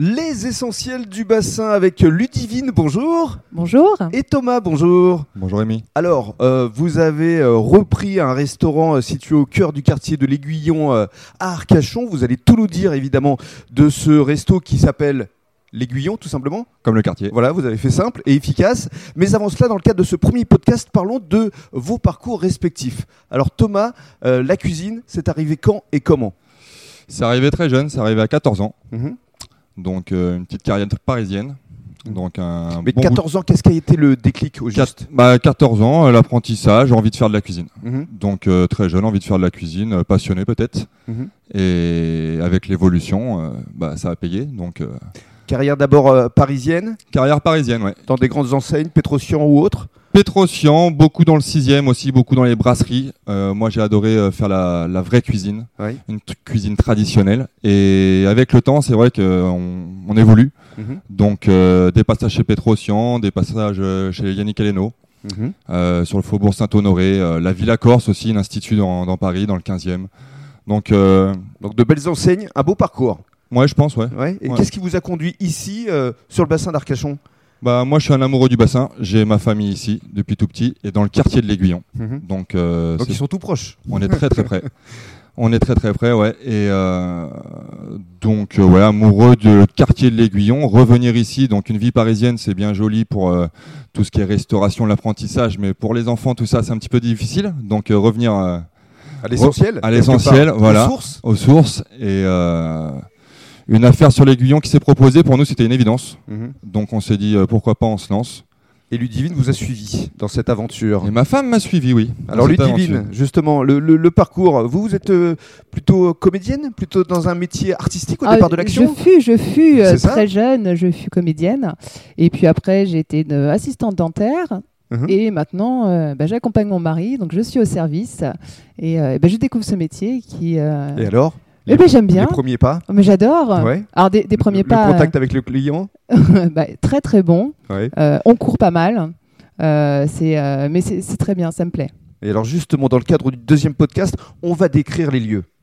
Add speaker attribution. Speaker 1: Les essentiels du bassin avec Ludivine, bonjour.
Speaker 2: Bonjour.
Speaker 1: Et Thomas, bonjour.
Speaker 3: Bonjour Rémi.
Speaker 1: Alors, euh, vous avez euh, repris un restaurant euh, situé au cœur du quartier de l'Aiguillon euh, à Arcachon. Vous allez tout nous dire évidemment de ce resto qui s'appelle l'Aiguillon tout simplement.
Speaker 3: Comme le quartier.
Speaker 1: Voilà, vous avez fait simple et efficace. Mais avant cela, dans le cadre de ce premier podcast, parlons de vos parcours respectifs. Alors Thomas, euh, la cuisine, c'est arrivé quand et comment
Speaker 3: C'est arrivé très jeune, c'est arrivé à 14 ans. Donc euh, une petite carrière parisienne. Donc un
Speaker 1: Mais
Speaker 3: bon bout
Speaker 1: 14 ans, qu'est-ce qui a été le déclic au
Speaker 3: de- Quat-
Speaker 1: juste
Speaker 3: bah, 14 ans, euh, l'apprentissage, envie de faire de la cuisine.
Speaker 1: Mhm.
Speaker 3: Donc euh, très jeune, envie de faire de la cuisine, euh, passionné peut-être.
Speaker 1: Mhm.
Speaker 3: Et avec l'évolution, euh, bah, ça a payé. Donc euh,
Speaker 1: Carrière d'abord euh, parisienne,
Speaker 3: carrière parisienne, ouais.
Speaker 1: dans des grandes enseignes, Petrosian ou autre.
Speaker 3: Pétrocian, beaucoup dans le sixième aussi, beaucoup dans les brasseries. Euh, moi, j'ai adoré euh, faire la, la vraie cuisine,
Speaker 1: Oui.
Speaker 3: une t- cuisine traditionnelle. Et avec le temps, c'est vrai qu'on on évolue.
Speaker 1: Mhm.
Speaker 3: Donc, euh, des passages chez Pétrocian, des passages euh, chez Yannick Aleno, euh, sur le faubourg Saint-Honoré, euh, la Villa Corse aussi, un institut dans, dans Paris, dans le 15e. Donc, euh,
Speaker 1: Donc de belles enseignes, un beau parcours.
Speaker 3: ouais, je pense, ouais.
Speaker 1: Ouais. Et
Speaker 3: Ouais.
Speaker 1: qu'est-ce qui vous a conduit ici, euh, sur le bassin d'Arcachon
Speaker 3: Bah, moi, je suis un amoureux du bassin. J'ai ma famille ici depuis tout petit et dans le quartier de l'Aiguillon. Donc, euh,
Speaker 1: Donc
Speaker 3: c'est-
Speaker 1: ils sont tout proches.
Speaker 3: On est très très près. On est très très près, ouais. Et euh, donc, euh, ouais, amoureux du quartier de l'Aiguillon. Revenir ici, donc une vie parisienne, c'est bien joli pour euh, tout ce qui est restauration, l'apprentissage, mais pour les enfants, tout ça, c'est un petit peu difficile. Donc, euh, revenir euh,
Speaker 1: À l'essentiel.
Speaker 3: à l'essentiel,
Speaker 1: quelque part.
Speaker 3: voilà.
Speaker 1: Aux sources.
Speaker 3: aux sources. Et euh, une affaire sur l'Aiguillon qui s'est proposée, pour nous, c'était une évidence. Donc, on s'est dit, euh, pourquoi pas, on se lance.
Speaker 1: Et Ludivine vous a suivi dans cette aventure.
Speaker 3: Et ma femme m'a suivi, oui. dans
Speaker 1: Alors
Speaker 3: cette
Speaker 1: Ludivine,
Speaker 3: aventure.
Speaker 1: justement, le, le- le parcours, vous, vous êtes euh, plutôt comédienne, plutôt dans un métier artistique au
Speaker 2: Ah,
Speaker 1: départ de l'action
Speaker 2: Je fus, je fus euh,
Speaker 1: C'est ça
Speaker 2: très jeune, je fus comédienne. Et puis après, j'ai été une assistante dentaire.
Speaker 1: Mhm.
Speaker 2: Et maintenant, euh, bah, j'accompagne mon mari, donc je suis au service. Et, euh, et ben, je découvre ce métier qui. euh,
Speaker 1: Et alors
Speaker 2: eh ben, j'aime bien.
Speaker 1: Les premiers pas
Speaker 2: Mais j'adore.
Speaker 1: Ouais.
Speaker 2: Alors, des, des premiers
Speaker 1: Le- le
Speaker 2: pas.
Speaker 1: contact avec le client
Speaker 2: euh, bah, très, très bon.
Speaker 1: Ouais.
Speaker 2: Euh, on court pas mal. Euh, c'est, euh, mais c'est c'est très bien, ça me plaît.
Speaker 1: Et alors justement, dans le cadre du deuxième podcast, on va décrire les lieux.